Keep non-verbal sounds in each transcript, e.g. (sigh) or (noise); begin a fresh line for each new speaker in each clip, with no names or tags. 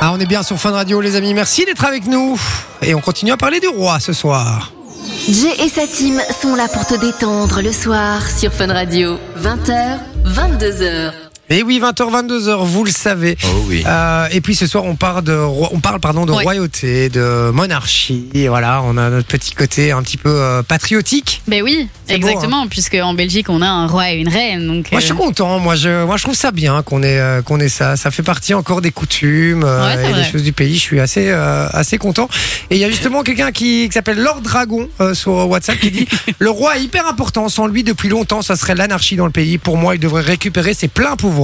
Ah, on est bien sur Fun Radio, les amis. Merci d'être avec nous. Et on continue à parler du roi ce soir.
Jay et sa team sont là pour te détendre le soir sur Fun Radio. 20h, 22h.
Et Eh oui, 20h, 22h, vous le savez.
Oh oui.
Euh, et puis ce soir, on parle de, roi- on parle, pardon, de
Ouais.
royauté, de monarchie. Et voilà, on a notre petit côté un petit peu euh, patriotique.
Ben oui,
C'est beau, hein.
exactement, puisque en Belgique on a un roi et une reine. Donc,
Moi, je suis
euh,
content. Moi, je, moi, je trouve ça bien qu'on ait, euh, qu'on ait ça. Ça fait partie encore des coutumes euh,
Ouais, c'est
et des
vrai.
choses du pays. Je suis assez, euh, assez content. Et il y a justement quelqu'un qui, qui s'appelle Lord Dragon euh, sur WhatsApp qui
(laughs)
dit Le roi est hyper important. Sans lui, depuis longtemps, ça serait l'anarchie dans le pays. Pour moi, il devrait récupérer ses pleins pouvoirs.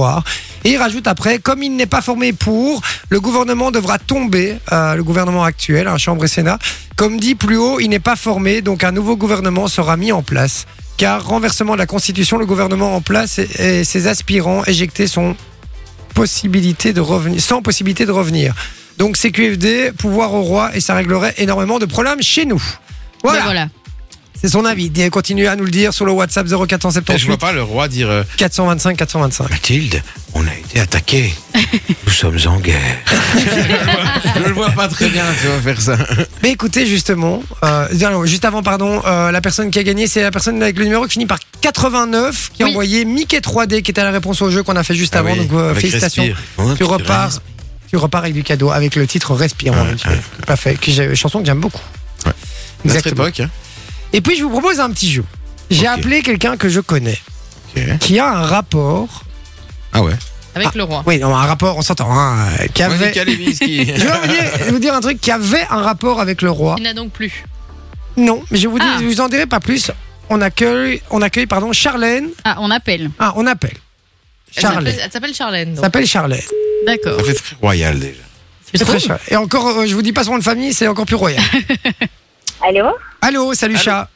Et il rajoute après Comme il n'est pas formé pour, le gouvernement devra tomber, euh, le gouvernement actuel, hein, Chambre et Sénat. Comme dit plus haut, il n'est pas formé, donc un nouveau gouvernement sera mis en place. Car renversement de la Constitution, le gouvernement en place et, et ses aspirants éjectés sont possibilité de revenir, sans possibilité de revenir. Donc CQFD, pouvoir au roi, et ça réglerait énormément de problèmes chez nous.
ben
Voilà,
voilà.
c'est son avis. Dis- Continuez à nous le dire sur le WhatsApp
Eh, Je vois
0478
pas le roi dire euh,
425 425.
Mathilde, on a été (laughs) attaqué. Nous sommes en guerre. (laughs) je le vois pas très bien, tu vas faire ça.
Mais écoutez justement, euh, non, juste avant pardon, euh, la personne qui a gagné, c'est la personne avec le numéro qui finit par 89, qui a
Oui.
envoyé Mickey 3D, qui était à la réponse au jeu qu'on a fait juste avant.
Ah oui,
donc euh,
avec
félicitations.
respire. Faut
Tu
respirer.
repars, tu repars avec du cadeau, avec le titre Respire. mon Dieu. Tout à fait, que j'ai- une chanson que j'aime beaucoup.
Ouais. Notre
Exactement.
époque. hein.
Et puis je vous propose un petit jeu. J'ai
Ok.
appelé quelqu'un que je connais,
Ok.
qui a un rapport.
Ah ouais.
Avec le roi.
Oui, non, un rapport, on s'entend. hein, euh, qui
Moi,
avait- (laughs)
Nicolas Lewinsky.
Je vais vous dire- vous dire un truc qui avait un rapport avec le roi.
Il n'a donc plus.
Non, mais je vous, dis-
Ah.
je vous en dirai pas plus. On accueille, on accueille pardon, Charlène.
Ah, on appelle.
Ah, on appelle. Charlène.
Elle s'appelle Charlène.
Ça
donc.
s'appelle Charlène.
D'accord.
Ça fait très royal déjà.
Tu
C'est très
trouves
cher. Et encore, euh, je vous dis pas son nom de famille, c'est encore plus royal.
(laughs) Allô
Allô, salut
Allô.
chat.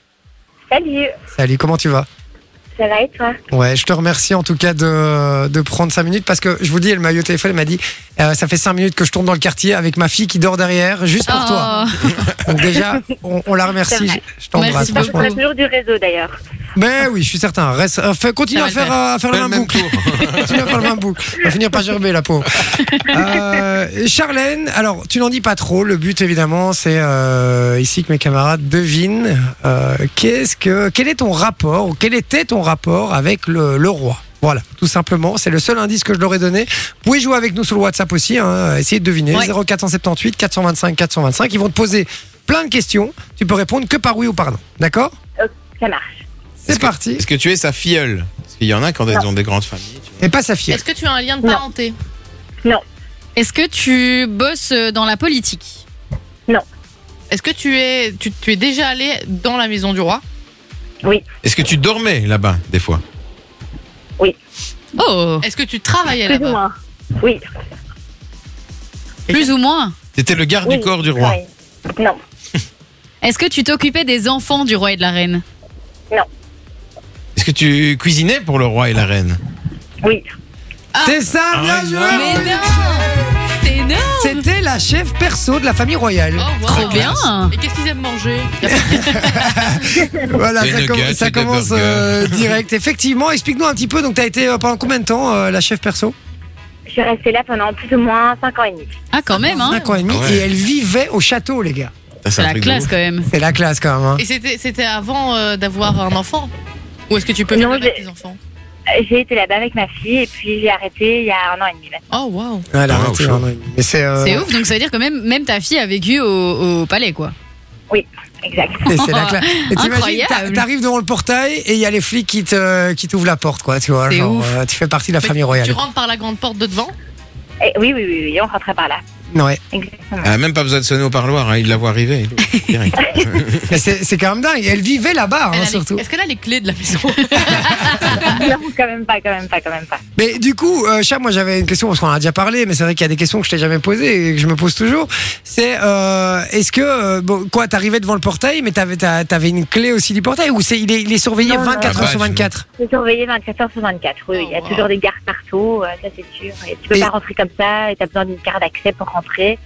Salut,
Salut, comment tu vas
ça va et toi
Ouais, je te remercie en tout cas de, de prendre 5 minutes parce que je vous dis, elle m'a eu au téléphone, elle m'a dit euh, ça fait 5 minutes que je tourne dans le quartier avec ma fille qui dort derrière, juste pour
Oh.
toi. hein. Donc déjà, on, on la
(laughs) C'est
remercie.
vrai.
Je, je t'embrasse,
Merci
Je
franchement.
beaucoup.
parle toujours du réseau d'ailleurs.
Mais oui, je suis certain. Reste, euh, fais- continue
Ça
à
va le
faire,
faire.
euh, à faire
Fais
le même
le même
boucle.
tour.
continue à faire le même boucle. On va finir par gerber, la peau. Euh, Charlène, alors, tu n'en dis pas trop. Le but, évidemment, c'est euh, ici que mes camarades devinent euh, qu'est-ce que, quel est ton rapport, ou quel était ton rapport avec le, le roi voilà, tout simplement, c'est le seul indice que je leur ai donné. Vous pouvez jouer avec nous sur le WhatsApp aussi, hein, essayez de deviner.
Ouais.
0478 425 425. Ils vont te poser plein de questions. Tu peux répondre que par oui ou par non. D'accord
Ça marche.
C'est parti.
Est-ce que tu es sa filleule Parce qu'il y en a quand ils ont des grandes familles. tu vois.
Et pas sa fille.
Est-ce que tu as un lien de
Non.
parenté
Est-ce que tu bosses euh, dans la politique
Est-ce que tu es, tu, tu es déjà allé dans la maison du roi
Est-ce que tu dormais là-bas des fois
Oh
Est-ce que tu
bah.
travaillais
Plus ou
là-bas
moins. Oui.
Plus ou moins.
T'étais le garde
oui,
du corps du roi.
oui. Non,
Est-ce que tu t'occupais des enfants du roi et de la reine
Est-ce que tu cuisinais pour le roi et la reine
oui.
C'est ça, bien
Ah,
joué.
non.
mon
non C'est énorme
C'était la chef perso de la famille royale.
Oh, wow.
Trop bien
Et qu'est-ce qu'ils aiment manger
(laughs) Voilà,
Des
ça, com-
nuggets
ça
et des
commence
burgers. (laughs)
euh, direct. Effectivement, explique-nous un petit peu. Donc, t'as été euh, pendant combien de temps euh, la chef perso
Je suis restée là pendant plus ou moins 5 ans et demi.
Ah, quand même, hein
Cinq ans et demi.
Ah ouais.
Et elle vivait au château, les gars.
Ça,
C'est
un
la
truc de
classe
ouf.
quand même.
C'est la classe quand même. hein.
Et c'était, c'était avant euh, d'avoir un enfant Ou est-ce que tu peux vivre
Non,
avec
j'ai-
tes enfants
Euh, J'ai été là-bas avec ma fille et puis j'ai arrêté il y a un an et demi maintenant.
Oh, waouh
Ouais, elle a
Ah,
arrêté
au chaud.
un an et demi. Mais c'est euh,
C'est ouf, donc ça veut dire que même, même ta fille a vécu au, au palais, quoi.
Exact.
et c'est la classe. Et t'imagines,
Incroyable.
t'a- t'arrives devant le portail et il y a les flics qui te qui t'ouvrent la porte, quoi. Tu vois,
C'est
genre,
ouf.
euh, tu fais partie de la
Mais
famille royale.
Tu rentres par la grande porte de devant
Et oui, oui, oui, oui, on rentrait par là.
Ouais.
Exactement.
Elle a même pas besoin de sonner au parloir, hein, il la voit arriver.
(laughs)
direct.
Mais c'est c'est quand même dingue. Et Elle vivait
Ah,
là-bas,
Elle
hein,
a les-
surtout.
Est-ce qu'elle a les clés de la maison
(laughs) Non, quand même pas, quand même pas, quand même pas.
Mais du coup, euh, Cham, moi j'avais une question parce qu'on en a déjà parlé, mais c'est vrai qu'il y a des questions que je t'ai jamais posées et que je me pose toujours. C'est euh, est-ce que euh, bon, quoi, t'arrivais devant le portail, mais t'avais t'as- t'avais une clé aussi du portail ou c'est il est, il est surveillé
Non, non.
24
Ah
heures
bah,
sur 24
Je surveillé 24 heures sur 24. Oui, oui, il y a
Oh, wow.
toujours des gardes partout, euh, ça c'est sûr. Et tu peux
Et-
pas rentrer comme ça et t'as besoin d'une carte d'accès pour rentrer.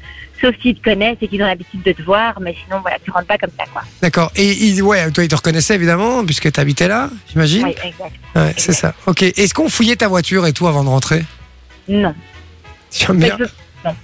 Sauf s'ils te connaissent et qu'ils ont l'habitude de te voir, mais sinon, voilà, tu rentres pas comme ça, quoi.
D'accord. Et il, ouais, toi il te reconnaissait évidemment puisque t'habitais là, j'imagine.
Oui, exact.
Ouais, c'est ça. Ok. Est-ce qu'on fouillait ta voiture et tout avant de rentrer
Non.
J'aime
Mais
bien.
je, non.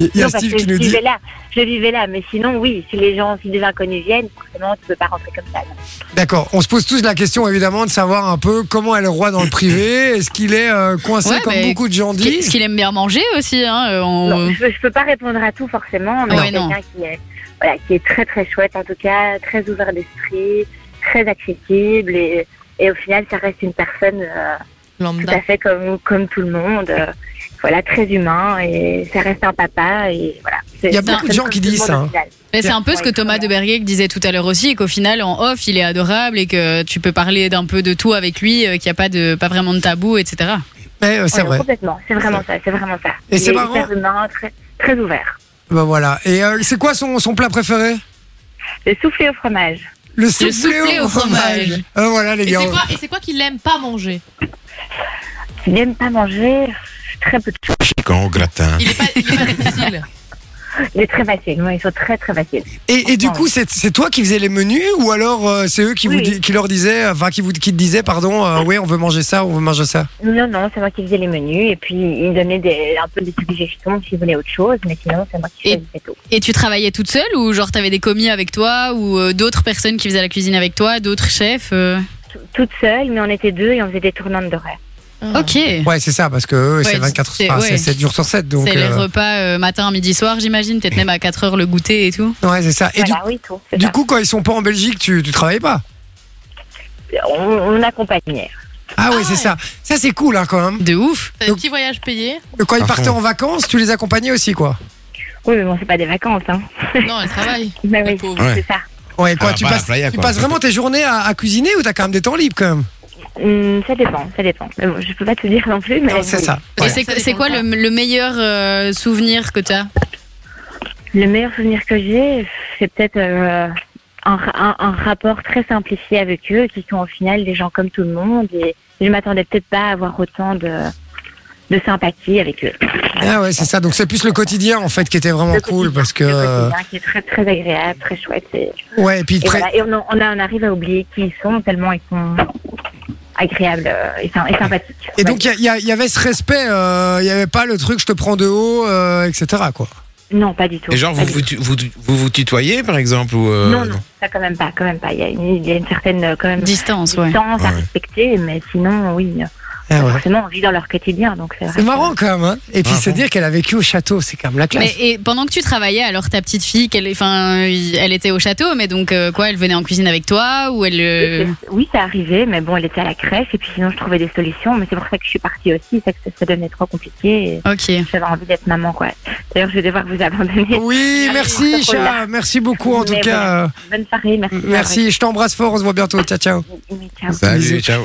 Il y a
Non, parce
Steve
que
qui
je
nous dit
vivais là. Je vivais là, mais sinon, oui, si les gens, si des inconnus viennent, forcément, tu peux pas rentrer comme ça. non.
D'accord. On se pose tous la question, évidemment, de savoir un peu comment est le roi dans le privé. Est-ce qu'il est euh, coincé
Ouais,
comme
mais
beaucoup de gens
Qu'est-
disent
(laughs) Ce qu'il aime bien manger aussi. Hein, euh, en-
Non, je, je peux pas répondre à tout forcément, mais
Ah
Ouais,
c'est
non.
quelqu'un qui est, voilà, qui est très très chouette en tout cas, très ouvert d'esprit, très accessible et, et au final, ça reste une personne euh, tout
Lambda.
à fait comme comme tout le monde. euh, voilà, très humain et ça reste un papa et voilà. C'est
Il y a
une
beaucoup de
personne
gens
comme
qui
tout le
disent
monde
ça,
au
hein.
final.
Mais c'est un peu ce que Thomas de Berguet disait tout à l'heure aussi, et qu'au final, en off, il est adorable et que tu peux parler d'un peu de tout avec lui, euh, qu'il n'y a pas, de, pas vraiment de tabou, etc.
Mais, euh, C'est
Ouais,
vrai.
Complètement, c'est vraiment ça, c'est vraiment ça.
Et
Il
c'est
est
marrant.
hyper humain, très, très ouvert.
Bah voilà. Et euh, c'est quoi son, son plat préféré
Le soufflé au fromage.
Le soufflé,
soufflé au fromage.
Euh, voilà les
Et
gars.
c'est quoi, et c'est quoi qu'il aime pas manger
Il n'aime pas manger, très peu de choses.
Chican au gratin.
Il est pas, il est pas difficile.
Il est très facile, ouais, ils sont très très faciles.
Et, et du coup, c'est c'est toi qui faisais les menus ou alors euh, c'est eux qui, vous,
Oui.
di- qui leur disaient, euh, enfin qui, vous, qui te disaient, pardon, euh, ouais, on veut manger ça, on veut manger ça.
Non, non, c'est moi qui faisais les menus et puis il donnait des, un peu des suggestions s'il voulait autre chose, mais sinon c'est moi qui
Et-
faisais tout.
Et tu travaillais toute seule ou genre t'avais des commis avec toi ou euh, d'autres personnes qui faisaient la cuisine avec toi, d'autres chefs euh
Tout- Toute seule, mais on était deux et on faisait des tournantes d'horaire.
Ok. C'est
Ouais, c'est ça, parce que eux, c'est
Ouais,
24
c'est-
enfin, c'est
ouais. 7
7 jours sur 7. Donc,
les
euh,
repas euh, matin, midi, soir, j'imagine. Peut-être même à 4 heures le goûter et tout.
ouais, c'est ça. Et
Voilà, oui, tout. c'est
du, du
ça.
coup, quand ils sont pas en Belgique, tu, tu travailles pas
on, on accompagnait.
Ah, ouais,
Ah
c'est
ouais.
ça. Ça, c'est cool hein, quand même.
De ouf.
C'est un Euh, petit voyage payé.
Quand ils
Par
partaient
contre.
en vacances, tu les accompagnais aussi, quoi.
Oui, mais bon, c'est pas des vacances, hein.
Non, elle travaille.
Mais
La
oui,
pauvre.
Ouais.
c'est ça.
Ouais, quoi.
Ah,
tu
pas à la
passes,
playa,
tu
quoi.
passes vraiment tes journées à, à cuisiner ou t'as quand même des temps libres quand même
Hum, ça dépend, ça dépend. Mais bon, je peux pas te dire non plus, mais.
Non, C'est
oui.
ça.
Et
Ouais.
c'est-
Ça
c'est
dépend
quoi
pas.
le, le meilleur euh, souvenir que t'as
Le meilleur souvenir que j'ai, c'est peut-être euh, un, ra- un- un rapport très simplifié avec eux, qui sont au final des gens comme tout le monde. Et je m'attendais peut-être pas à avoir autant de, de sympathie avec eux.
Ah ouais, c'est ça. Donc c'est plus le quotidien en fait qui était vraiment
Le
cool
quotidien,
parce que
le
euh,
quotidien qui est très très agréable, très chouette. Et,
ouais, et puis
et
très-
voilà. Et on, en- on en arrive à oublier qui ils sont tellement ils sont agréables euh, et, sym- et sympathiques.
et
Ouais.
donc il y, a- il y a- il y avait ce respect, euh, il y avait pas le truc je te prends de haut, euh, etc. Quoi.
non, pas du tout.
Et genre,
Pas
vous
du
vous,
tout.
tu- vous, tu- vous vous tutoyez, par exemple ou euh,
non, non, ça quand même pas, quand même pas. Il y a une, il y a une certaine euh, quand même
Distance, ouais.
distance à
Ouais.
respecter, mais sinon oui. euh,
Ah ouais.
Forcément, on vit dans leur quotidien, donc c'est vrai.
C'est marrant quand même. hein. et puis
Ah
se
bon.
dire qu'elle a vécu au château, c'est quand même la classe.
Mais et pendant que tu travaillais, alors ta petite fille, qu'elle, enfin, elle était au château, mais donc euh, quoi, elle venait en cuisine avec toi ou elle euh,
Oui, ça arrivait, mais bon, elle était à la crèche, et puis sinon, je trouvais des solutions, mais c'est pour ça que je suis partie aussi, c'est que ça, ça devenait trop compliqué, et
Ok.
j'avais envie d'être maman, quoi. D'ailleurs, je vais devoir vous abandonner.
Oui, merci,
trop
chat. Merci beaucoup en
Mais
tout
bon. Ah
cas. euh,
Bonne soirée, merci.
Merci. Je t'embrasse fort. On se voit bientôt. Ciao, ciao.
Oui, ciao.
Salut,
Bisous.
ciao.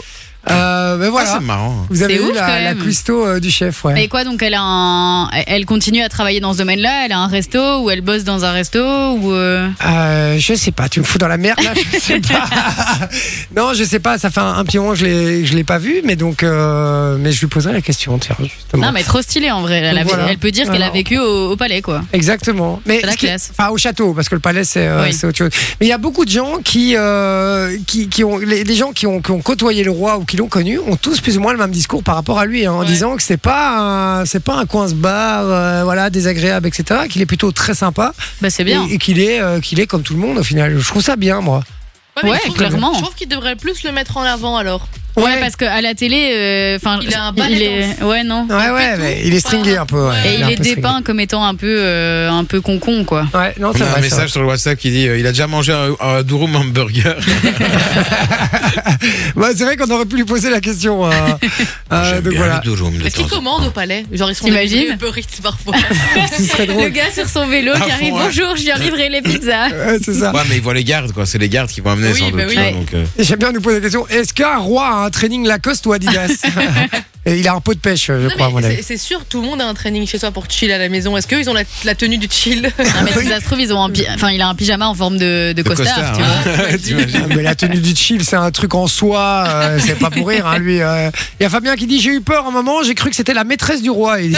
Euh, ben
Ah,
voilà.
c'est marrant.
Vous avez eu
C'est ouf, quand
la, la
même.
cuistot euh, du chef, ouais.
Et quoi, donc elle a un- elle continue à travailler dans ce domaine-là, elle a un resto ou elle bosse dans un resto ou euh,
Euh, je sais pas, tu me fous dans la merde là, je sais pas. (laughs) non, je sais pas, ça fait un, un petit moment que je l'ai, je l'ai pas vu, mais donc, euh, mais je lui poserai la question, tiens, justement.
Non, mais trop stylé en vrai. Elle, a-
Donc voilà.
elle peut dire qu'elle a
Alors.
vécu au, au palais, quoi.
Exactement. Mais
C'est la
ce qui-
classe.
Enfin, au château, parce que le palais, c'est euh,
Oui.
c'est autre chose. Mais il y a beaucoup de gens qui, euh, qui, qui ont, les, les gens qui ont, qui ont côtoyé le roi ou qui l'ont connu, ont tous plus ou moins le même discours par rapport à lui, hein, en
Ouais.
disant que c'est pas, un- c'est pas un coin ce bar, euh, voilà, désagréable, etc. Qu'il est plutôt très sympa
Bah c'est bien.
et, et qu'il est, euh, qu'il est comme tout le monde au final. Je trouve ça bien, moi.
mais
Ouais,
je trouve-
clairement.
Je trouve qu'il devrait plus le mettre en avant alors.
Ouais, parce qu'à la télé, euh, enfin,
Il a un balai
est, ouais non.
Ouais, ouais,
tout,
mais il est stringé
pas-
un peu. ouais.
Ouais.
Et il
un
est
peu stringé.
dépeint comme étant un peu, euh, un peu concon, quoi.
Ouais, non,
On
c'est vrai. c'est
a un
vrai.
message sur le WhatsApp qui dit euh, il a déjà mangé un, un durum hamburger.
Bah, c'est vrai qu'on aurait pu lui poser la question.
(laughs)
euh, euh,
(laughs) J'aime
donc
bien
voilà,
le durum de
Est-ce
temps en
qu'il
temps.
commande au palais Genre ils sont
T'imagines
des burrites parfois.
ce serait
Le
drôle.
gars sur son vélo
Ah,
À
qui
fond,
arrive,
ouais.
bonjour, je viens livrer les pizzas.
Ouais, c'est ça.
Ouais, mais ils voient les gardes, quoi. C'est les gardes qui vont amener
Oui,
sans
bah
doute.
oui.
tu vois,
Ouais.
donc, euh,
Et J'aime bien nous poser la question est-ce qu'un roi a un training Lacoste ou
(laughs)
Adidas Et il a un pot de pêche, je
Non,
crois, à mon
mais
avis.
c'est- C'est sûr, tout le monde a un training chez soi pour chill à la maison. Est-ce qu'ils ont la, la tenue du chill
(laughs) Non, mais si ça se trouve, ils ont un pi- enfin, il a un pyjama en forme de,
de
de costard,
costard.
tu vois.
hein. T'imagines
Ah, Mais la tenue du chill, c'est un truc en soi, euh, c'est pas pour rire, hein, lui. euh. Il y a Fabien qui dit J'ai eu peur un moment, j'ai cru que c'était la maîtresse du roi. Il dit.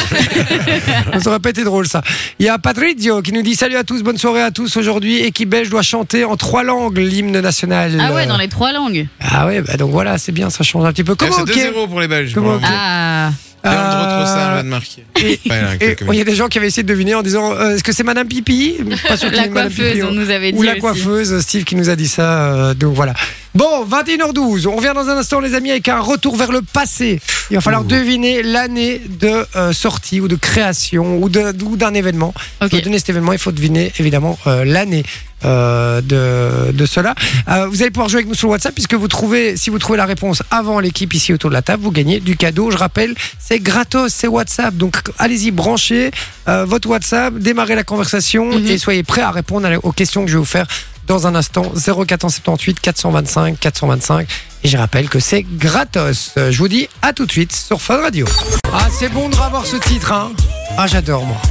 (laughs)
ça aurait pas été drôle, ça. Il y a Patrizio qui nous dit Salut à tous, bonne soirée à tous. Aujourd'hui, équipe belge doit chanter en trois langues l'hymne national.
Ah ouais, dans les trois langues.
Ah ouais, bah donc voilà, c'est bien, ça change un petit peu.
Eh,
Comment,
C'est
ok
2-0 pour les Belges.
Comment
pour le moment.
Ah.
Leandro
Euh,
Trossard vient de marquer. Ouais, là,
Et
quelques
il y a des gens qui avaient essayé de deviner en disant euh, est-ce que c'est Madame Pipi Pas
(laughs)
sûr qu'il y ait
La
une Madame Pipi,
coiffeuse,
hein.
on nous avait dit.
Ou la
aussi.
coiffeuse, euh, Steve qui nous a dit ça. euh, donc voilà. Bon, 21h12. On revient dans un instant, les amis, avec un retour vers le passé. Il va falloir
Ouh.
deviner l'année de euh, sortie ou de création ou de- ou d'un événement.
Ok.
Pour donner cet événement, il faut deviner évidemment euh, l'année euh, de, de cela. Euh, vous allez pouvoir jouer avec nous sur le WhatsApp puisque vous trouvez, si vous trouvez la réponse avant l'équipe ici autour de la table, vous gagnez du cadeau. Je rappelle, c'est gratos, c'est WhatsApp. Donc allez-y, branchez euh, votre WhatsApp, démarrez la conversation
Mhm.
et soyez prêts à répondre à la- aux questions que je vais vous faire dans un instant. 0478 425 425. Et je rappelle que c'est gratos. Euh, Je vous dis à tout de suite sur Fun Radio. Ah, c'est bon de revoir ce titre, hein Ah, j'adore, moi.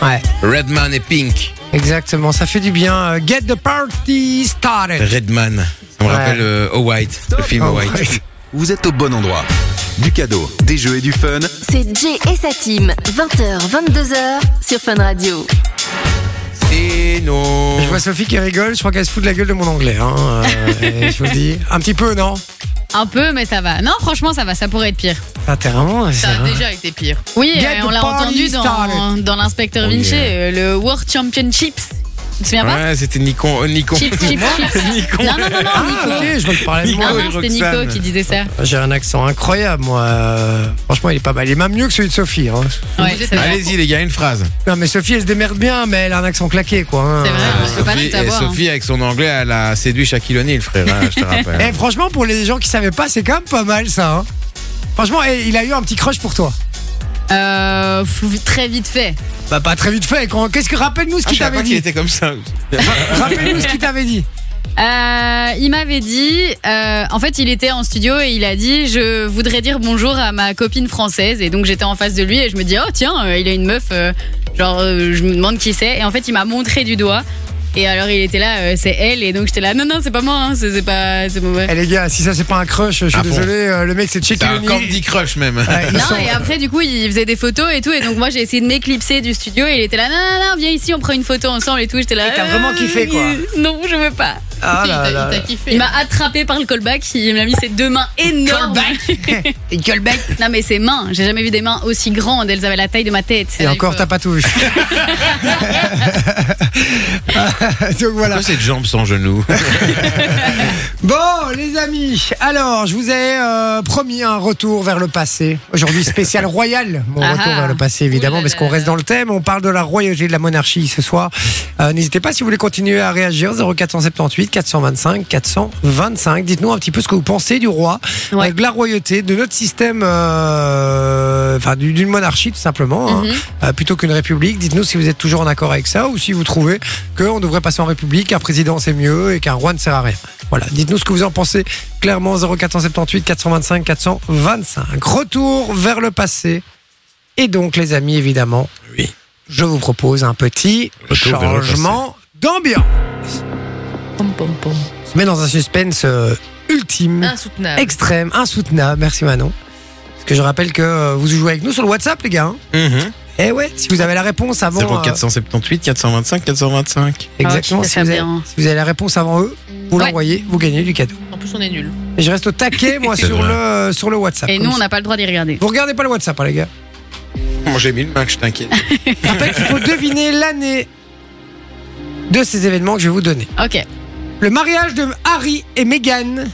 Ouais.
Redman et Pink.
Exactement, ça fait du bien. Euh, Get the party started.
Redman. Ça me
Ouais.
rappelle euh, Oh White, le film Oh
Oh,
White.
ouais.
Vous êtes au bon endroit. Du cadeau, des jeux et du fun.
C'est Jay et sa team, 20h, 22h sur Fun Radio.
C'est nos.
Je vois Sophie qui rigole, je crois qu'elle se fout de la gueule de mon anglais. hein, euh, je vous le dis. Un petit peu, non
Un peu, mais ça va. Non, franchement, ça va. Ça pourrait être pire.
Ah, t'es vraiment. c'est
Ça a
vrai.
déjà été pire.
Oui,
Get
euh, on
the
l'a
party
entendu dans,
started.
dans l'inspecteur
Oh,
Vinci,
yeah.
euh, le World Championships. Tu te souviens pas
Ouais, c'était Nikon. euh, Nikon.
Chips, chips, chips.
(laughs) Nikon.
Non, non, non, non,
Ah,
Nico.
ok, je vois que tu parlais de
Nico.
moi.
Ah
oui,
non, c'était
Roxane.
Nico qui disait ça.
J'ai un accent incroyable, moi. Euh, Franchement, il est pas mal. Il est même mieux que celui de Sophie. hein.
Ouais, c'est vrai.
Allez-y, les gars, une phrase.
Non, mais Sophie, elle se démerde bien, mais elle a un accent claqué, quoi. hein.
C'est vrai, on peut pas
Euh, Sophie,
tout
et
avoir. hein.
Sophie, avec son anglais, elle a séduit Shaquille O'Neal, frère, hein,
(laughs)
je te rappelle.
Eh, franchement, pour les gens qui savaient pas, c'est quand même pas mal, ça. hein. Franchement, eh, il a eu un petit crush pour toi.
Euh, f- très vite fait.
Bah, pas très vite fait. quand- Qu'est-ce que rappelle-nous ce
Ah, je
qu'il
savais pas
t'avait
qu'il
dit.
était comme ça.
Rappelle-nous ce qu'il t'avait dit.
Euh, il m'avait dit, euh, en fait, il était en studio et il a dit, je voudrais dire bonjour à ma copine française. Et donc j'étais en face de lui et je me dis, oh tiens, euh, il a une meuf, euh, genre euh, je me demande qui c'est. Et en fait, il m'a montré du doigt. Et alors il était là, euh, c'est elle. Et donc j'étais là, non non, c'est pas moi, hein, c'est c'est pas, c'est pas moi.
Eh les gars, si ça c'est pas un crush, je suis
Ah bon
désolé, euh, le mec c'est
C'est
Shaquille
un
O'Neal.
Candy Crush, même.
Ouais, ils sont-
Non, et après, du coup, il faisait des photos et tout. Et donc, moi, j'ai essayé de m'éclipser du studio. Et il était là, non, non, non, viens ici, on prend une photo ensemble et tout. J'étais là. euh,
Et t'as vraiment kiffé, quoi.
Non, je veux pas.
Ah
il (laughs)
là
t'a-
là.
il t'a
Il
kiffé.
m'a attrapé par le callback. Il m'a mis ses deux mains énormes.
Et quel bec
(laughs) Non, mais ses mains. J'ai jamais vu des mains aussi grandes. Elles avaient la taille de ma tête.
Et encore t'as pas tout
(laughs)
vu. (laughs) Donc voilà.
Pourquoi cette jambe sans genou
Bon les amis, alors je vous ai euh, promis un retour vers le passé. Aujourd'hui
(laughs)
spécial royal, mon
Ah
retour
ah.
vers le passé évidemment,
Ouh là
parce qu'on
là
reste dans le thème. On parle de la royauté de la monarchie ce soir. Euh, N'hésitez pas si vous voulez continuer à réagir 0478 425 425. Dites-nous un petit peu ce que vous pensez du roi.
Ouais.
avec de la royauté, de notre système, euh, enfin du- d'une monarchie tout simplement, hein,
Mhm.
euh, plutôt qu'une république. Dites-nous si vous êtes toujours en accord avec ça ou si vous trouvez qu'on devrait passer en république, qu'un président c'est mieux et qu'un roi ne sert à rien. Voilà, dites-nous ce que vous en pensez clairement 0478 425 425. Retour vers le passé. Et donc les amis, évidemment,
Oui.
je vous propose un petit
Retour vers le
changement d'ambiance.
Pom, pom, pom.
Mais dans un suspense euh, ultime
Ah.
Insoutenable.
extrême, insoutenable. Merci Manon. Parce que je rappelle que euh, vous jouez avec nous sur le WhatsApp, les gars. hein.
Mhm.
Eh ouais, si vous avez la réponse avant. euh,
0478 425 425.
exactement,
Ah, ok,
si,
ça
vous avez,
fait bien.
si vous avez la réponse avant eux, vous
Ouais.
l'envoyez, vous gagnez du cadeau.
En plus, on est nuls.
Et je reste au taquet, moi,
(laughs) C'est
sur
vrai.
le, euh, sur le WhatsApp.
Et
comme
nous, on
ça.
n'a pas le droit d'y regarder.
Vous regardez pas le WhatsApp, hein, les gars.
Moi j'ai mis le max, je t'inquiète.
En fait, il faut deviner l'année de ces événements que je vais vous donner.
Ok.
Le mariage de Harry et Meghan,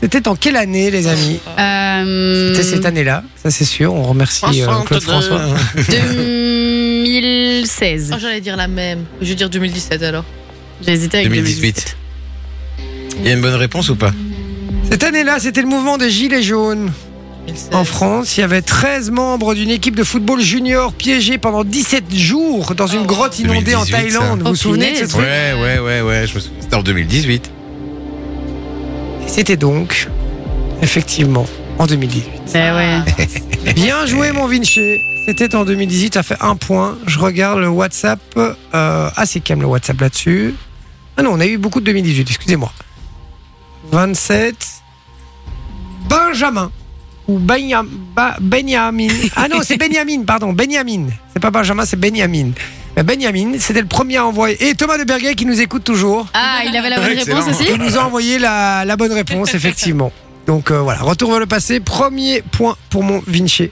c'était en quelle année, les amis
Euh,
C'était cette année-là, ça c'est sûr. On remercie euh, Claude François.
hein,
2016.
(laughs)
Oh, j'allais dire la même. Je vais dire 2017 alors.
J'hésitais avec 2018.
2018. Il y a une bonne réponse ou pas
Cette année-là, c'était le mouvement des Gilets jaunes.
2016.
En France, il y avait 13 membres d'une équipe de football junior piégés pendant 17 jours dans
Oh,
une
ouais.
grotte inondée en
2018,
Thaïlande. Vous
ça.
vous
Oh,
souvenez de ce
punaise.
truc
Ouais, ouais, ouais, ouais. Je me souviens. C'était en 2018.
C'était donc, effectivement, en 2018.
Ben ouais.
Bien joué, mon Vinci. C'était en 2018, ça fait un point. Je regarde le WhatsApp. Euh, assez calme le WhatsApp là-dessus. Ah non, on a eu beaucoup de 2018, excusez-moi. 27. Benjamin. Ou Benya- Ba- Benjamin. Ah non, c'est Benjamin, pardon. Benjamin. C'est pas Benjamin, c'est Benjamin. Mais Benjamin, c'était le premier à envoyer. Et Thomas de Berger qui nous écoute toujours.
Ah, il avait la bonne
Excellent.
réponse aussi
Il nous a envoyé la, la bonne réponse, effectivement. Donc euh, voilà, retour vers le passé. Premier point pour mon Vinci.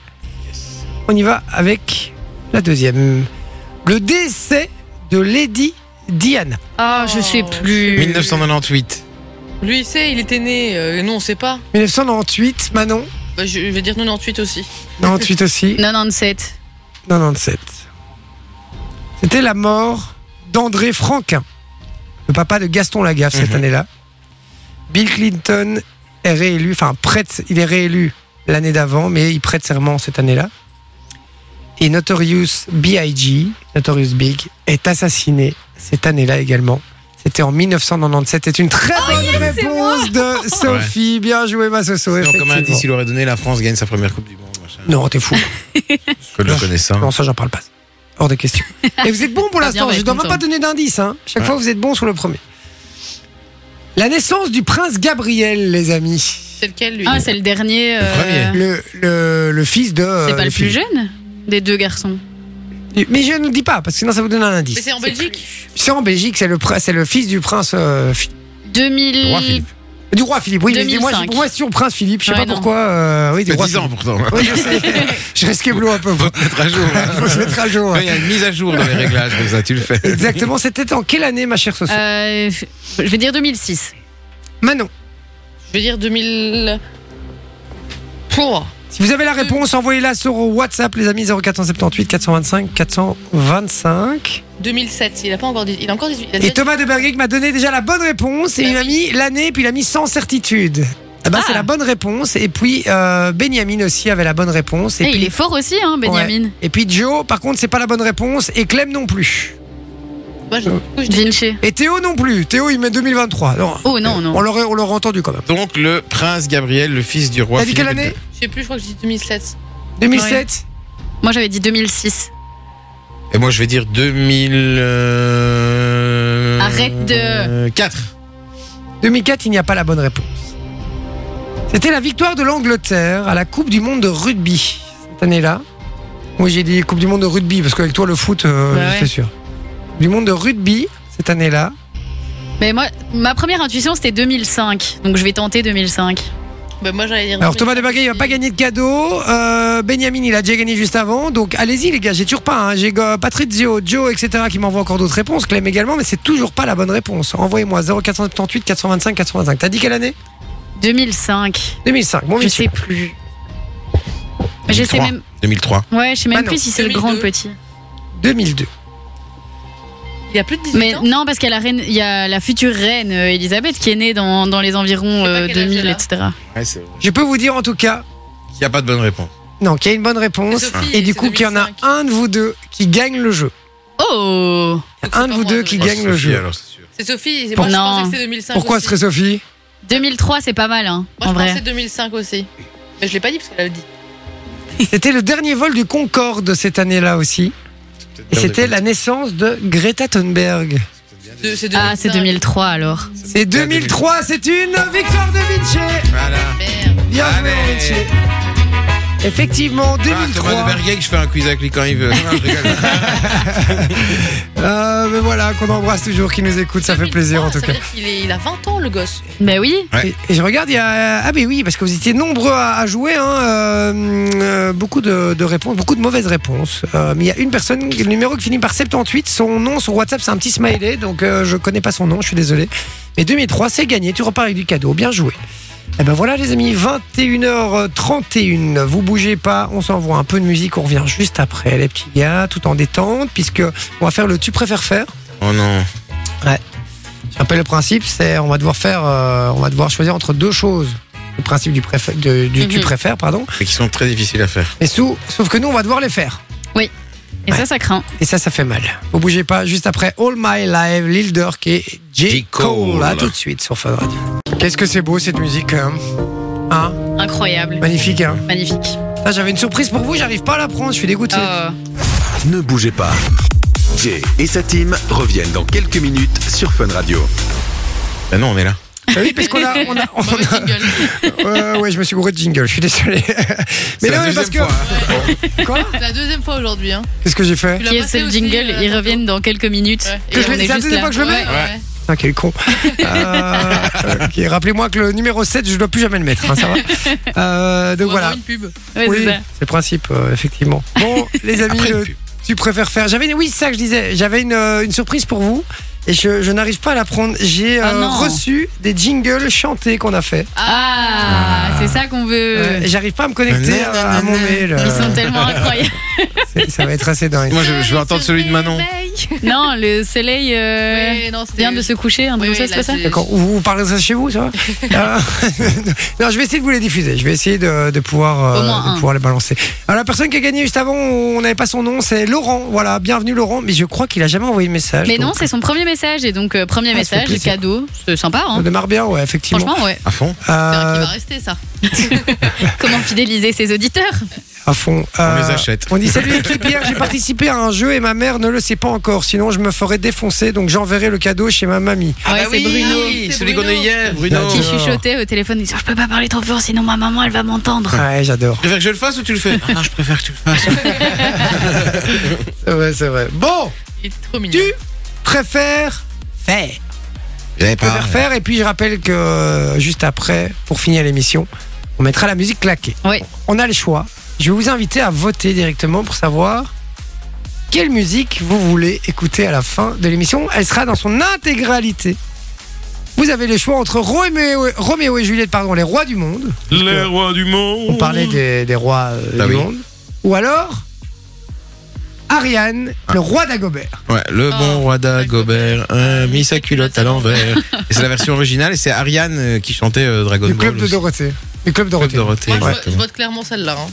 on y va avec la deuxième. Le décès de Lady Diana.
Ah, je sais plus.
1998.
Lui, il sait, il était né. euh, nous, on sait pas.
1998, Manon.
Bah, je, je vais dire 98 aussi.
98 aussi.
97.
97. C'était la mort d'André Franquin, le papa de Gaston Lagaffe cette
Mhm.
année-là. Bill Clinton est réélu, enfin prête, il est réélu l'année d'avant, mais il prête serment cette année-là. Et Notorious B.I.G., Notorious Big, est assassiné cette année-là également. C'était en 1997. C'est une très bonne réponse
(laughs)
de Sophie. Bien joué, ma Soso.
Donc, comme un
effectivement.
indice, il aurait donné la France gagne sa première Coupe du Monde. machin.
Non, t'es fou.
Que le connaissant.
Non, ça, j'en parle pas. Hors de
(laughs)
question. Et vous êtes bon pour
Ah. Pas
l'instant. Je
bien, mais
ne dois même
content.
pas donner d'indice. Hein. Chaque
Ouais.
fois, vous êtes bon sur le premier. La naissance du prince Gabriel, les amis.
C'est lequel, lui
Ah, c'est le dernier.
premier.
Le, le, le fils de.
C'est
euh,
pas le plus
fils.
jeune des deux garçons.
Mais je ne le dis pas, parce que sinon, ça vous donne un
Mais
indice.
c'est en Belgique
C'est en Belgique, c'est le, prin- c'est le fils du prince. euh, Philippe-
2000.
Roi Philippe.
du roi Philippe, oui. mais moi,
2005.
je- pour moi, c'est toujours prince Philippe. Je sais
Ouais,
pas
non.
pourquoi. euh, oui, du
C'est
roi
10 ans
Philippe.
pourtant.
Oui, je sais.
(laughs)
je risque bleu un peu.
(laughs) Faut te mettre à jour. hein.
Faut se mettre à jour.
Quand
hein.
Il y a une mise à jour dans les réglages, comme ça, tu le fais.
Exactement. C'était en quelle année, ma chère Soso
Euh, je vais dire 2006.
Manon.
Je vais dire 2000. Pour.
Si vous avez la réponse, envoyez-la sur WhatsApp, les amis, 0478 425 425.
2007. Il a pas encore 18. Il a encore 18. Il a
Et
déjà-
Thomas de Bergric m'a donné déjà la bonne réponse et il m'a mis l'année, puis il a mis sans certitude. Eh ben,
Ah.
C'est la bonne réponse. Et puis, euh, Benjamin aussi avait la bonne réponse. Et,
Eh,
puis,
il est fort aussi, hein, Benjamin.
et puis, Joe, par contre, c'est pas la bonne réponse. Et Clem non plus.
Moi,
Euh.
je- je dis-
Vinci.
Et Théo non plus. Théo, il met 2023. Non.
Oh non, non.
On l'aurait on l'aurait entendu quand même.
Donc, le prince Gabriel, le fils du roi
T'as dit
Philippe.
quelle année
je sais plus, je crois que je dis 2007.
2007
Moi j'avais dit 2006.
Et moi, je vais dire 2000. euh,
Arrête de-
4.
2004, il n'y a pas la bonne réponse. C'était la victoire de l'Angleterre à la Coupe du Monde de rugby cette année-là. Oui, j'ai dit Coupe du Monde de rugby parce qu'avec toi, le foot, euh,
Bah ouais.
c'est sûr. Coupe Du Monde de rugby cette année-là.
Mais moi, ma première intuition c'était 2005. Donc je vais tenter 2005.
Bah, moi, j'allais dire.
Alors Thomas Debaguet, il va pas gagner de cadeau. Euh, Benjamin, il a déjà gagné juste avant. Donc allez-y les gars, j'ai toujours pas. hein. J'ai euh, Patrizio, Joe, etc. qui m'envoie encore d'autres réponses. Clem également, mais c'est toujours pas la bonne réponse. Envoyez-moi 0478 425 425. T'as dit quelle année
2005.
2005. Bon,
je
monsieur.
sais plus. Mais Je sais
2003.
même.
2003.
Ouais, je sais même
Manon.
plus si c'est le grand ou le
2002.
petit.
2002.
Il a plus de 18
Mais
ans.
non, parce qu'il y a la reine, il y a la future reine euh, Elisabeth qui est née dans, dans les environs
Je sais pas
euh,
quel âge
2000,
elle a.
etc.
Ouais, c'est vrai.
Je peux vous dire en tout cas
Il n'y a pas de bonne réponse.
Non, qu'il y a une bonne réponse.
Et Sophie,
et du
c'est
coup, qu'il y en a
2005.
un de vous deux qui gagne le jeu.
Oh
Il y a un de
pas
vous
moi,
deux
Sophie.
qui
Moi,
gagne
c'est
le
Oh, Sophie,
jeu.
alors, c'est sûr.
C'est Sophie. c'est- Moi, je
Non.
pensais que c'est 2005.
Pourquoi
aussi.
serait Sophie
2003, c'est pas mal, hein,
Moi,
en
je
vrai.
pensais 2005 aussi. Mais je l'ai pas dit parce qu'elle l'a dit.
C'était le dernier vol du Concorde cette année-là aussi. Et c'était la naissance de Greta Thunberg.
De- C'est
Ah, c'est
2005.
2003 alors.
C'est 2003, c'est une victoire de Vinci.
Voilà.
Merde.
Bien joué,
Allez.
Vinci. Effectivement,
Ah, Thomas de
2003.
Berguet, je fais un quiz avec lui quand il veut. Non, je (laughs) rigole.
Euh, mais voilà, qu'on embrasse toujours, qui nous écoute, ça fait
oh,
plaisir en tout cas.
Il, est, il a 20 ans, le
(laughs)
gosse.
Bah oui.
Ouais.
Et, et je regarde, il y a. Ah, mais oui, parce que vous étiez nombreux à, à jouer. Hein, euh, euh, beaucoup de, de réponses, beaucoup de mauvaises réponses. Euh, mais il y a une personne, le numéro qui finit par 78. Son nom sur WhatsApp, c'est un petit smiley. Donc euh, je connais pas son nom, je suis désolé. Mais 2003, c'est gagné. Tu repars avec du cadeau. Bien joué. Et ben voilà, les amis, 21h31. Vous bougez pas, on s'envoie un peu de musique. On revient juste après, les petits gars, tout en détente, puisque on va faire le tu préfères faire.
Oh non.
Je rappelle le principe, c'est on va devoir faire, euh, on va devoir choisir entre deux choses. Le principe du, préfé- de- du tu
Mhm.
préfères, pardon.
Et qui sont très difficiles à faire.
Mais sous, sauf que nous, on va devoir les faire.
Et
Ouais.
ça, ça craint.
Et ça, ça fait mal. Vous bougez pas. Juste après All My Life, Lil Durk et J.
J.
Cole.
Cole.
À tout de suite sur Fun Radio. Qu'est-ce que c'est beau cette musique quand même. Hein
Incroyable.
Magnifique, hein
Magnifique.
Ah, J'avais une surprise pour vous, j'arrive pas à la prendre, je suis dégoûté.
Oh.
Ne bougez pas. Jay et sa team reviennent dans quelques minutes sur Fun Radio.
Ben non, on est là.
Bah oui, parce qu'on a. On a, on
Mauvais (laughs)
a-
jingle.
Euh, ouais, je me suis gouré de jingle, je suis désolé.
C'est
Mais
la
non, mais parce que.
deuxième fois, hein.
Quoi
C'est la deuxième fois aujourd'hui. Hein.
Qu'est-ce que j'ai fait
Tu l'as
Qui est
passé
le
aussi,
jingle
euh,
Ils reviennent dans quelques minutes.
Ouais.
Et
Que je
on
l'ai-
est
c'est la
juste
deuxième
là.
fois que je le mets
Ouais, ouais.
Putain, Ah, quel
(laughs)
con. Euh, ok, Rappelez-moi que le numéro 7, je ne dois plus jamais le mettre, hein, ça va
(laughs)
Euh, Donc voilà.
Vraiment une pub.
Ouais,
Oui,
c'est ça.
c'est le principe, euh, effectivement. Bon, les amis,
Après,
euh,
pub.
tu préfères faire. J'avais une... Oui, c'est ça que je disais. J'avais une, euh, une surprise pour vous. Et je, je n'arrive pas à la prendre. J'ai
Ah
euh,
non.
reçu des jingles chantés qu'on a fait.
Ah, c'est ça qu'on veut.
Et J'arrive pas à me connecter
Nanana.
à, à mon mail.
Euh. Ils
euh,
sont tellement incroyables.
c'est- ça va être assez dingue.
Moi, je, je veux entendre celui de Manon.
(laughs) Non, le soleil euh,
Ouais, non, c'était-
vient de se coucher, un truc comme
Oui,
ça,
oui,
c'est
là,
pas ça
c'est-
D'accord. Ou Vous, parlez de ça chez vous,
(laughs)
ça va Euh, (laughs) Non, je vais essayer de vous les diffuser. Je vais essayer de, de pouvoir, euh,
Au moins
de
un.
pouvoir les balancer. Alors, la personne qui a gagné juste avant, on n'avait pas son nom, c'est Laurent. Voilà, bienvenue Laurent. Mais je crois qu'il a jamais envoyé de message.
Mais non,
donc, euh,
c'est son premier message, et donc euh, premier
Ah, ça fait
message,
plaisir.
cadeau. C'est sympa,
ça
hein
démarre bien, ouais, effectivement. (laughs)
Franchement, ouais.
À fond
C'est un
Euh,
qui va rester, ça.
Comment fidéliser ses auditeurs
Euh, à fond.
On les achète.
On dit salut l'équipe, hier j'ai participé à un jeu et ma mère ne le sait pas encore, sinon je me ferais défoncer, donc j'enverrai le cadeau chez ma mamie.
Ah ouais,
bah oui,
c'est Bruno.
oui,
C'est
celui qu'on
Bruno.
a eu hier, Bruno.
Non,
Qui
tu-
Tu
chuchotait au téléphone, disant Je peux pas parler trop fort, sinon ma maman elle va m'entendre.
Ouais, j'adore.
préfères que je le fasse ou tu le fais Ah Non, je préfère que tu le fasses.
C'est vrai, c'est vrai. Bon,
Il est trop
tu
mignon.
préfères faire.
J'avais pas.
Préfères faire, et puis je rappelle que euh, juste après, pour finir l'émission, on mettra la musique claquée.
Oui.
On a le choix. Je vais vous inviter à voter directement pour savoir quelle musique vous voulez écouter à la fin de l'émission. Elle sera dans son intégralité. Vous avez le choix entre Roméo, Roméo et Juliette, pardon, les rois du monde.
Les rois du monde.
On parlait des, des rois euh,
Mmh. Ah
du
oui.
monde. Ou alors Ariane, le roi d'Agobert.
Ouais, le bon
Oh,
roi d'Agobert a mis sa culotte à l'envers. Et c'est la version originale et c'est Ariane euh, qui chantait euh, Dragon
Du
Ball.
club de
aussi.
Dorothée. Du club
Club
Dorothée.
Dorothée.
Moi, je vote- je,
exactement.
vote clairement celle-là. hein.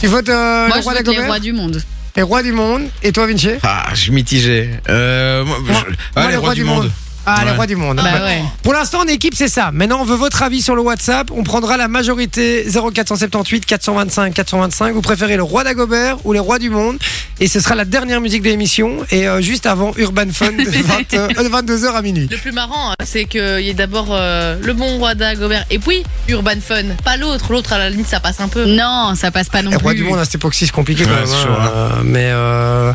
Tu votes euh,
Moi,
le
je
roi
vote les
d'Agobert
rois du monde.
Les rois du monde. Et toi, Vinci
Ah, je suis mitigé. Euh, moi, je-
Moi-
Ah,
moi,
les rois du monde.
Ah, les
Ouais.
rois du monde.
Bah ouais.
Pour l'instant, en équipe, c'est ça. Maintenant, on veut votre avis sur le WhatsApp. On prendra la majorité 0478 425 425. Vous préférez le roi d'Agobert ou les rois du monde Et ce sera la dernière musique de l'émission. Et euh, juste avant Urban
(laughs)
Fun de 20, euh, 22h à minuit.
Le plus marrant, hein, c'est qu'il y ait d'abord euh, le bon roi d'Agobert et puis Urban Fun. Pas l'autre. L'autre, à la limite, ça passe un peu.
Non, ça passe pas non
Les
plus.
rois du monde à cette époque-ci, c'est compliqué quand
Ouais,
même.
c'est
hein.
chaud, hein.
Euh, mais, euh,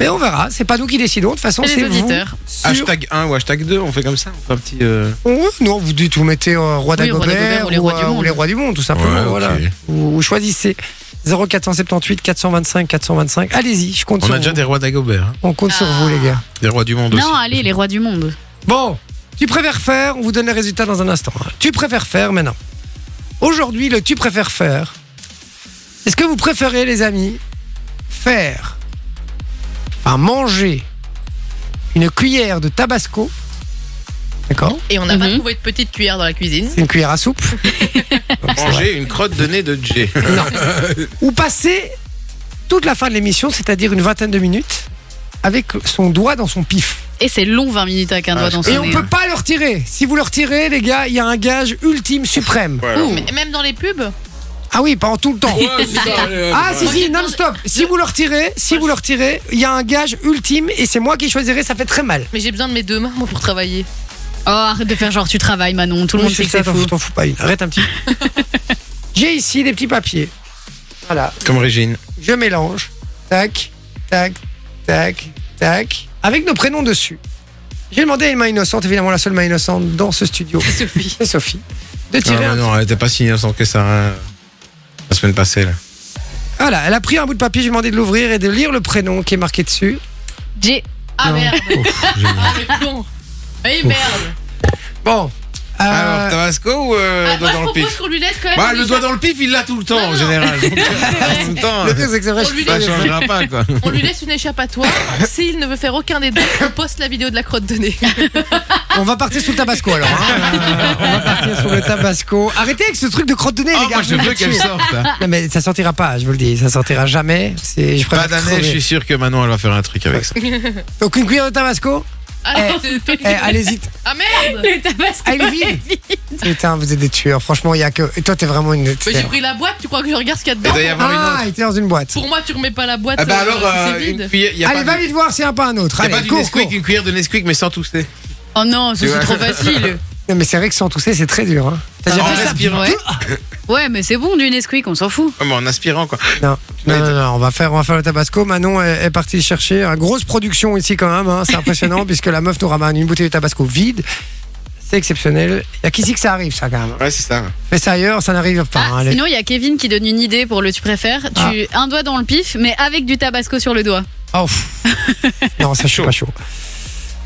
mais on verra. C'est pas nous qui décidons. De toute façon,
C'est
c'est
les
vous.
auditeurs.
sur-
Hashtag 1 ou hashtag 2, on fait comme ça, on fait un petit. euh,
Ouais, non, vous dites, vous mettez euh, roi
Oui, roi
d'Agobert
d'Agobert ou les rois du
euh,
monde.
les rois du monde, tout simplement.
Ouais, ok.
voilà. vous, vous choisissez 0478 425 425. Allez-y, je compte
On
sur
a déjà
vous.
des rois d'Agobert, hein.
On compte sur
Ah.
vous, les gars.
des rois du monde aussi.
ah,
Non, allez, les rois du monde.
Bon, tu préfères faire, on vous donne les résultats dans un instant. hein. Tu préfères faire maintenant. Aujourd'hui, le tu préfères faire. Est-ce que vous préférez, les amis, faire, à manger une cuillère de tabasco D'accord
Et on n'a pas
Mhm.
trouvé de petite cuillère dans la cuisine.
C'est une cuillère à
(laughs)
soupe. Donc, c'est vrai.
Manger une crotte de nez de
(laughs)
J.
ou passer toute la fin de l'émission, c'est-à-dire une vingtaine de minutes, avec son doigt dans son pif.
Et c'est long 20 minutes avec un doigt dans son
Ah, Et on
nez,
peut
hein.
pas le retirer. Si vous le retirez, les gars, il y a un gage ultime, suprême.
Oh.
Mais Même dans les pubs.
Ah oui, pas en tout le temps. Ah si
Moi,
si
j'ai demandé-
non-stop Si vous le retirez Si vous le retirez Il y a un gage ultime Et c'est moi qui choisirai Ça fait très mal
Mais j'ai besoin de mes deux mains, moi,
(laughs)
pour travailler.
Oh, arrête de faire genre tu travailles, Manon. Tout le monde
Oui,
sait
c'est
que
ça, t'en
c'est fou.
fous- t'en fous pas une Arrête un petit peu.
(laughs)
J'ai ici des petits papiers Voilà
Comme Régine.
Je mélange Tac Tac Tac Tac Avec nos prénoms dessus J'ai demandé à une main innocente Évidemment la seule main innocente Dans ce
(laughs)
studio
Sophie.
C'est Sophie De
Ah,
tirer
mais
un
non, elle était pas si innocente que ça. hein. La semaine passée, là.
Euh, Voilà elle a pris un bout de papier J'ai demandé de l'ouvrir Et de lire le prénom Qui est marqué dessus
J'ai.
Ah
Non.
merde.
Ouf, j'ai-
Ah le con. Eh merde.
Bon euh,
Alors, Tabasco ou euh,
Ah,
doigt
moi,
dans
je
le
propose
pif
qu'on lui laisse quand même.
bah,
lui
Le
laisse-
doigt dans le pif, il l'a tout le temps, en général. (laughs) Donc, en même temps, euh,
Le truc c'est que c'est vrai
On lui
ça
laisse-
changera pas, quoi. Ah,
On lui laisse une échappatoire.
(laughs)
S'il ne veut faire aucun des deux, on poste la vidéo de la crotte de nez.
Eh,
On va partir sous le tabasco alors. hein. Euh, (laughs) on va partir sur le tabasco. Arrêtez avec ce truc de crotte de nez,
Ah,
les gars.
moi, je
vous
veux
me
qu'elle
tuez.
sorte. hein.
Non, mais ça sortira pas, je vous le dis. Ça sortira jamais. C'est, je
Pas
préfère
d'année,
crever.
je suis sûr que Manon, elle va faire un truc avec ça.
Donc une cuillère de tabasco.
Ah, c'est toi qui-
Eh, allez-y.
ah merde.
Eh.
Le tabasco.
Ah, (laughs) il est vide. Putain, vous êtes des tueurs. Franchement, il y a que. Et toi, t'es vraiment une.
Mais j'ai pris la boîte. Tu crois que je regarde ce qu'il y a
Il
dedans
doit y avoir une
Ah,
autre.
il était dans une boîte.
Pour moi, tu remets pas la boîte.
Ah, bah
euh,
alors,
c'est
euh,
vide.
une cuillère. y a
Allez,
pas
va
du-
vite voir s'il n'y a pas un autre.
y a
Allez,
pas du
cours,
Nesquik,
cours.
une cuillère de Nesquik, mais sans tousser.
Oh non, ça,
Tu
c'est
vois.
trop facile.
Non, mais c'est vrai que sans tousser, c'est très dur. hein. T'as déjà
En
fait ça
respirant.
Ouais. Ouais, mais c'est bon du Nesquik, on s'en fout.
Ouais, mais en aspirant, quoi.
Non, non, non, non, on va faire, on va faire le tabasco. Manon est, est partie chercher une grosse production ici quand même. hein. C'est impressionnant puisque la meuf nous ramène une bouteille de tabasco vide. C'est exceptionnel. Il y a qu'ici que ça arrive, ça quand même.
Ouais, c'est ça.
Mais ça ailleurs, ça n'arrive pas.
Ah,
hein, les-
Sinon, il y a Kevin qui donne une idée pour le tu préfères. Tu
Ah.
un doigt dans le pif, mais avec du tabasco sur le doigt.
Oh, pff. non, ça, je suis pas chaud.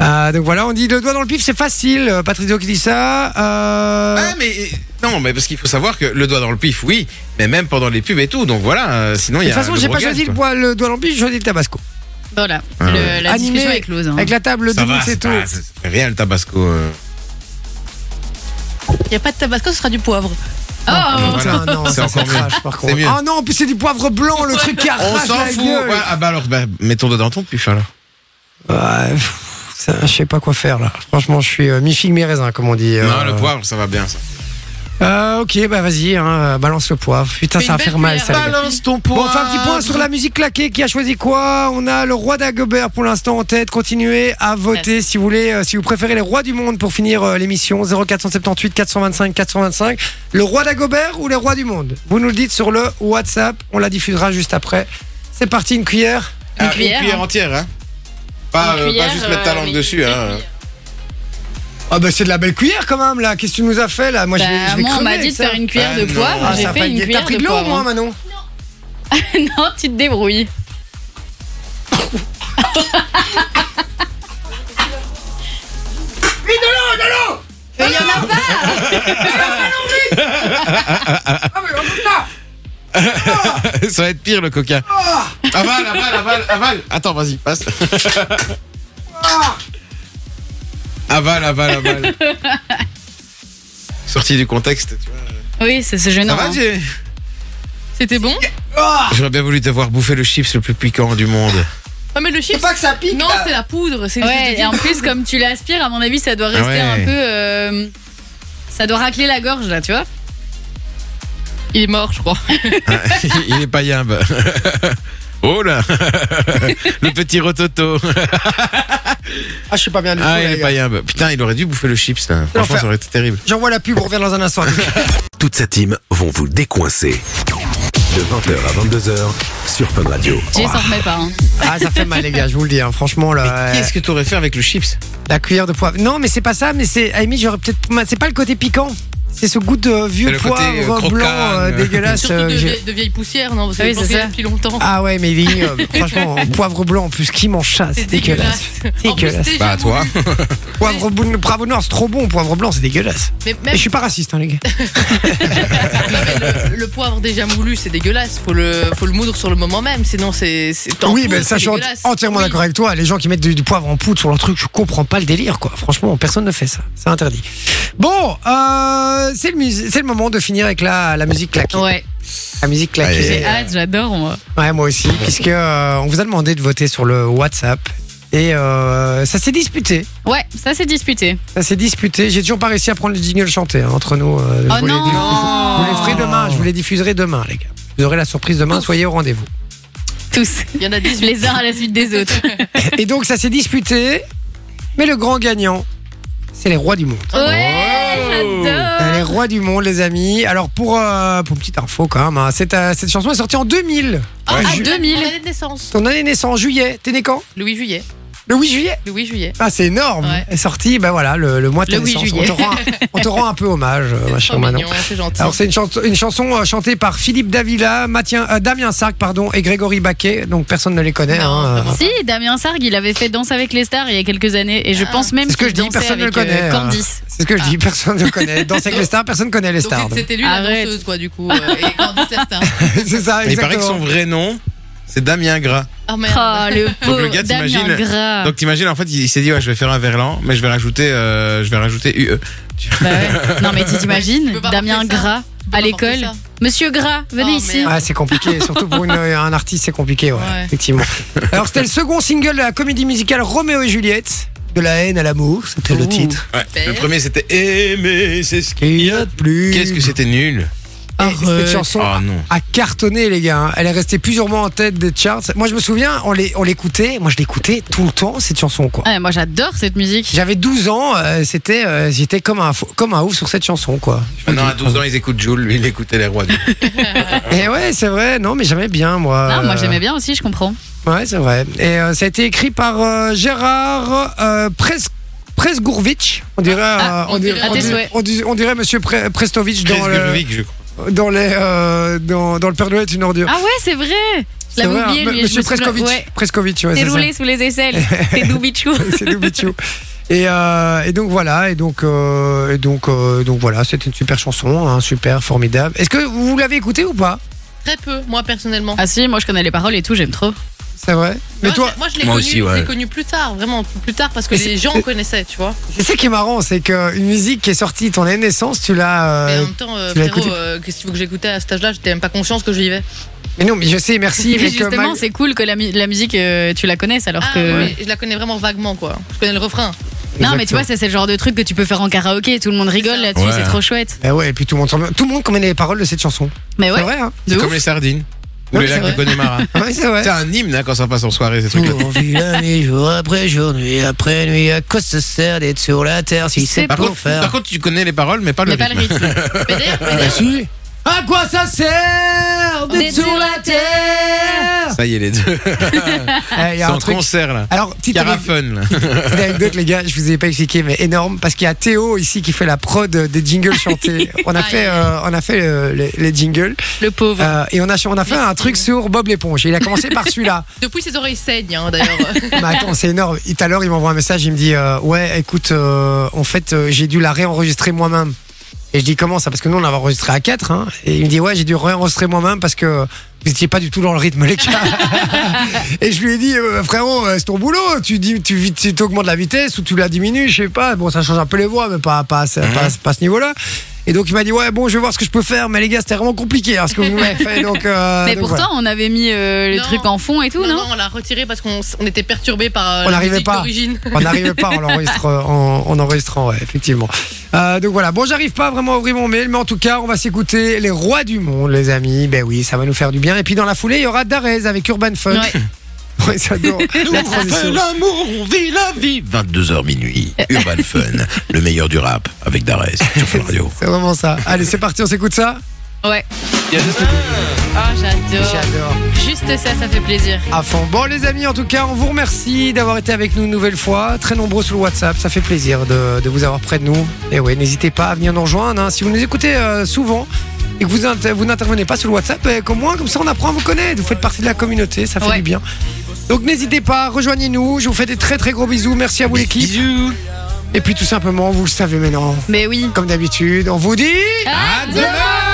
Euh, donc voilà, on dit le doigt dans le pif, c'est facile. Euh, Patrizio qui dit ça. Euh,
Ah, mais euh, non, mais parce qu'il faut savoir que le doigt dans le pif, oui, mais même pendant les pubs et tout. Donc voilà, euh, sinon il
de
y a.
toute façon,
le
j'ai pas
brogal,
choisi le,
quoi.
bois- le doigt dans le pif, j'ai choisi le tabasco.
Voilà,
Ah
Le-
ouais.
la
Animé
discussion est close. hein.
Avec la table
Ça
de
va,
c'est
c'est
tout.
pas- c'est c'est rien le tabasco. euh.
Il n'y a pas de tabasco, ce sera du poivre.
Oh,
Voilà.
Putain, non,
C'est
ça, ça
encore mieux.
crache, par contre.
C'est mieux.
Ah non, en plus c'est du poivre blanc, le truc qui
On
arrache
s'en
Ah, la
fout.
gueule.
ouais. ah bah alors, bah, mets ton doigt dans ton pif alors.
Ouais, pff, ça, je sais pas quoi faire là. Franchement, je suis euh, mi-figue, mi-raisin, comme on dit. euh.
Non, le poivre, ça va bien. Ça.
Euh, ok, bah vas-y, hein, balance le poivre. Putain,
Fais
ça va
une belle
faire mal
cuillère.
ça. les gars.
ton
Bon, on fait un petit point sur la musique claquée. Qui a choisi quoi On a le roi d'Agobert pour l'instant en tête. Continuez à voter si vous voulez, euh, si vous préférez les rois du monde pour finir euh, l'émission 0478 425 425. Le roi d'Agobert ou les rois du monde Vous nous le dites sur le WhatsApp. On la diffusera juste après. C'est parti, une cuillère.
Ah,
Une cuillère.
Une cuillère entière, hein. Pas,
Une
euh,
cuillère,
pas juste mettre ta
euh,
langue
oui,
dessus,
une
hein.
cuillère.
Ah bah c'est de la belle cuillère quand même là. Qu'est-ce que tu nous as fait là Moi je vais,
Bah,
je vais
moi, on
crever
m'a
avec
dit de
ça.
faire une cuillère
Ah,
de
non.
poivre.
Ah,
J'ai
ça a pas
fait une
été- T'as
cuillère
pris
de hein.
de l'eau, hein. moi,
poivre.
Manon
(laughs) non, tu te débrouilles.
(laughs) ça va être pire le coca.
Ah.
Aval, aval, aval, aval. Attends, vas-y, passe.
(laughs)
aval, aval,
(laughs)
aval. Sorti du contexte, tu vois.
Oui, c'est c'est
Ça
gênant.
va,
hein.
j'ai-
C'était bon
J'aurais bien voulu t'avoir bouffé le chips le plus piquant du
(laughs)
monde.
Ah, mais le chips.
que ça pique
Non, c'est la poudre. C'est
Ouais, et en plus, comme tu l'aspires, à mon avis, ça doit rester
ouais.
Ah
un peu. euh, ça doit racler la gorge, là, tu vois.
Il est mort, je crois.
Il est pas
(laughs)
yimbe. Oh là Le petit rototo.
Ah, je suis pas bien du tout.
Ah,
les
il est
gars.
pas yimbe. Putain, il aurait dû bouffer le chips. Là. Franchement,
L'enfer.
ça aurait été terrible.
J'envoie la pub, on revient dans un instant.
Toute sa team vont vous décoincer. De 20h à 22h sur Fun Radio.
J'ai s'en remet pas. hein.
ah, ça fait mal, les gars, je vous le dis. hein. Franchement, là,
Qu'est-ce que t'aurais fait avec le chips
la cuillère de poivre. Non, mais c'est pas ça, mais c'est. À la limite, j'aurais peut-être. C'est pas le côté piquant. C'est ce goût de euh,
C'est
vieux
le côté, euh,
poivre blanc euh,
croquant, euh.
dégueulasse.
Surtout
euh,
de,
j'ai-
vieille- de vieille poussière, non Parce que
Oui,
je pense
c'est
qu'il y a
ça.
depuis longtemps.
Ah ouais, mais il est
(laughs)
ignoble. Franchement, poivre blanc, en plus, qui m'en chasse C'est dégueulasse. (laughs)
En plus,
Dégueulasse.
déjà
Bah,
(laughs)
toi.
voulu.
Poivre blanc, bravo noir, c'est trop bon. Poivre blanc, c'est dégueulasse.
Mais
Et
même
(laughs) je suis pas raciste, hein, les gars.
le, le poivre déjà moulu, c'est dégueulasse. Faut le, faut le moudre sur le moment même, sinon c'est. c'est- en
Oui,
poudre,
mais ça,
c'est
je suis
dégueulasse.
entièrement
Oui.
d'accord avec toi. Les gens qui mettent du, du poivre en poudre sur leur truc, je comprends pas le délire, quoi. Franchement, personne ne fait ça. C'est interdit. Bon, euh, c'est le, mus- c'est le moment de finir avec la, la musique claquée.
Ouais,
La musique claquée.
j'ai hâte, j'adore, moi.
Ouais, moi aussi, puisque euh, on vous a demandé de voter sur le WhatsApp. Et euh, ça s'est disputé.
Ouais, ça c'est disputé.
Ça s'est disputé. J'ai toujours pas réussi à prendre le jingle chanté hein, entre nous. euh, je
Oh
vous les
non.
diff- Je vous les ferai demain. Je vous les diffuserai demain, les gars. Vous aurez la surprise demain. Soyez au rendez-vous.
Tous.
(laughs)
Il y en a 10 les uns à la suite des autres.
Et donc, ça s'est disputé. Mais le grand gagnant, c'est les rois du monde.
Ouais,
Euh, Les
j'adore.
rois du monde, les amis. Alors, pour, euh, pour petite info, quand même, hein, cette, euh, cette chanson est sortie en 2000.
Ah,
Ouais.
à
Ju-
2000 L'année de naissance.
Ton année naissance, en juillet. T'es né quand
Le 8 juillet.
Le 8 juillet
Le 8 juillet.
Ah, c'est énorme.
Ouais.
Elle est sortie, ben voilà, le, le mois de ta
Le huit
naissance. On
juillet.
te, rend, on te rend un peu hommage,
(laughs)
euh, ma chère
Oh,
Manon.
mignon, c'est gentil.
Alors, c'est une, chan- une chanson euh, chantée par Philippe Davila, Mathien- euh, Damien Sark, pardon, et Grégory Baquet. Donc, personne ne les connaît.
Non,
hein,
vraiment.
euh.
Si, Damien Sargue, il avait fait Danse avec les stars il y a quelques années.
Ah.
Et je pense même
C'est ce que
qu'il
je dis,
dansait
personne ne le
avec, euh,
connaît. Ah.
Candice.
C'est ce que je dis, personne ne le connaît. Danser avec les stars, personne ne connaît les
Donc,
stars. donc.
c'était lui la
Arrête. Oh,
danseuse, quoi, du coup. euh, et Candice
(laughs)
la star.
(laughs) C'est ça,
Il paraît que son
exactement.
vrai nom, c'est Damien Gras.
Ah,
Oh,
merde.
le
le
pauvre
gars,
Damien
t'imagines-
Ah.
Gras.
Donc t'imagines, en fait, il il s'est dit, ouais, je vais faire un verlan, mais je vais rajouter, euh, je vais rajouter UE.
Bah ouais. Non, mais tu
Tu
t'imagines,
peux pas
Damien
porter ça.
Gras
Tu peux
à
pas porter
l'école.
ça.
Monsieur Gras, venez
Oh,
ici.
merde.
Ouais, c'est compliqué, surtout pour une- euh, un artiste, c'est compliqué, ouais,
Ouais.
effectivement.
(laughs)
Alors, c'était le second single de la comédie musicale Roméo et Juliette, de la haine à l'amour, c'était le titre.
Ouais.
Super.
Le premier, c'était Aimer, c'est ce qui.
Qu'il y a de plus.
Qu'est-ce que c'était nul
Et cette chanson
Ah non.
a cartonné, les gars. hein. Elle est restée plusieurs mois en tête des charts. Moi, je me souviens, on l'é- on l'écoutait. Moi, je l'écoutais tout le temps, cette chanson, quoi.
Ouais, Ah, moi j'adore cette musique.
J'avais 12 ans, euh, c'était, euh, j'étais comme un, fou- comme un ouf sur cette chanson, quoi. Je me
Maintenant,
dis-
à 12 ans, ils écoutent Jules. Lui, il écoutait
(laughs)
les rois. du-
Et ouais, c'est vrai. Non, mais j'aimais bien, moi.
Ah, moi j'aimais
Euh,
bien aussi, je comprends.
Ouais, c'est vrai. Et euh, ça a été écrit par euh, Gérard euh, Pres- Presgourvitch. On dirait,
Ah,
euh, on,
on
dirait,
dirait- à
on
tes
dirait-
souhaits.
on dirait- on dirait Monsieur Pre- Prestovitch dans
Chris
le,
Gervig, je crois.
dans les, euh, dans, dans le Père Noël est une ordure.
Ah ouais, c'est vrai. Je
C'est
l'avais
vrai, hein.
oublié,
M-
lui. je
Monsieur
me souviens-
Prescovitch.
Ouais.
Prescovitch, ouais,
T'es
c'est ça.
roulé sous les aisselles. T'es
(laughs)
doubichou.
c'est Doubichou. Et, euh, et donc voilà, et donc, euh, et donc, euh, donc voilà, c'était une super chanson, hein, super, formidable. Est-ce que vous l'avez écouté ou pas
Très peu, moi personnellement.
Ah si, moi je connais les paroles et tout, j'aime trop.
C'est vrai. Mais
moi,
toi,
je- moi, je l'ai
Moi
connu,
aussi,
je l'ai
ouais.
connu plus tard, vraiment plus tard, parce que
Et
les
c'est-
gens connaissaient, tu vois.
c'est ça qui est marrant, c'est qu'une musique qui est sortie ton année de naissance, tu l'as.
Mais
euh,
en même temps, euh,
tu l'as
frérot,
écouté
euh, qu'est-ce que tu veux que j'écoutais à cet âge-là J'étais même pas conscience que je vivais.
Mais non, mais je sais, merci.
Et
mais que
justement,
mal-
c'est cool que la, mu- la musique, euh, tu la connaisses alors
Ah,
que.
mais je la connais vraiment vaguement, quoi. Je connais le refrain.
Non, mais
Exactement.
tu vois, ça, c'est le genre de truc que tu peux faire en karaoké. Tout le monde rigole là-dessus,
Ouais.
c'est trop chouette.
Eh ouais, et puis tout le monde, s'en- tout le monde connaît les paroles de cette chanson.
Mais ouais,
C'est vrai, hein
de
C'est
ouf.
comme les sardines. Ou
Ouais,
les
c'est
lacs de
vrai.
Connemara.
(laughs) Ouais, c'est vrai.
(laughs)
C'est un hymne hein, quand ça passe en soirée, ces trucs-là.
On vit la nuit, jour après jour, nuit après nuit, à quoi se sert d'être sur la terre si
C'est
c'est
Par
pour
contre,
faire
par contre, tu connais les paroles, mais pas le
Mais pas
rythme.
bah.
le rythme.
(laughs)
Mais d'ailleurs, mais d'ailleurs,
À quoi ça sert
d'être sur la
terre
Ça y
(laughs)
est, les deux.
Il Eh, y
C'est
a un
en
truc.
concert, là.
Alors, petite anecdote,
Carafun, là.
petite anecdote, les gars, je vous ai pas expliqué, mais énorme, parce qu'il y a Théo ici qui fait la prod des jingles
(laughs)
chantés. On a
Aïe.
fait, euh, on a fait euh, les, les jingles
Ah, le pauvre.
euh, et on a, on a fait un truc sur Bob l'éponge. Et Il a commencé par celui-là.
depuis ses oreilles saignent,
(laughs)
hein, d'ailleurs.
Mais attends, c'est énorme. Et Tout à l'heure, il m'envoie un message, il me dit euh, Ouais, écoute, euh, en fait, euh, j'ai dû la réenregistrer moi-même. Et je dis Comment ça Parce que nous, on l'avait enregistré à 4. Hein, et il me dit Ouais, j'ai dû réenregistrer moi-même parce que vous étiez pas du tout dans le rythme, les gars. et je lui ai dit Euh, Frérot, euh, c'est ton boulot. Tu dis tu, vis- tu augmentes la vitesse ou tu la diminues, je sais pas. Bon, ça change un peu les voix, mais pas, pas, à ce- pas à ce- pas à ce niveau-là. Et donc, il m'a dit Ouais, bon, je vais voir ce que je peux faire. Mais les gars, c'était vraiment compliqué hein, ce que vous m'avez fait. Donc, euh,
mais
donc,
pourtant, on avait mis euh, le
Non.
truc en fond et tout,
non,
non,
non, on l'a retiré parce qu'on s- on était perturbé par euh,
On
la
n'arrivait
musique
pas.
d'origine.
On n'arrivait pas en, l'enregistre- euh, en, en enregistrant, ouais, effectivement. Euh, donc voilà, bon, j'arrive pas vraiment à ouvrir mon mail, mais en tout cas, on va s'écouter les rois du monde, les amis. Ben oui, ça va nous faire du bien. Et puis dans la foulée, il y aura Darez avec Urban Fun.
Ouais.
(laughs) Ouais, j'adore la transition.
l'amour, on vit la vie. 22h minuit, Urban
(laughs)
Fun, le meilleur du rap avec Darès sur Fun Radio.
C'est vraiment ça. Allez, c'est parti, on s'écoute ça
Ouais.
Ah,
Oh, j'adore.
J'adore.
Juste ça, ça fait plaisir.
À fond. Bon, les amis, en tout cas, on vous remercie d'avoir été avec nous une nouvelle fois. Très nombreux sur le WhatsApp. Ça fait plaisir de, de vous avoir près de nous. Et ouais, n'hésitez pas à venir nous rejoindre. hein. Si vous nous écoutez euh, souvent et que vous, int- vous n'intervenez pas sur le WhatsApp, eh, comme moi, comme ça, on apprend à vous connaître. Vous faites partie de la communauté. Ça fait
Ouais.
du bien. Donc, n'hésitez pas, rejoignez-nous. Je vous fais des très, très gros bisous. Merci à vous, l'équipe. Et puis, tout simplement, vous le savez maintenant.
Mais oui.
Comme d'habitude, on vous dit.
À
demain (laughs)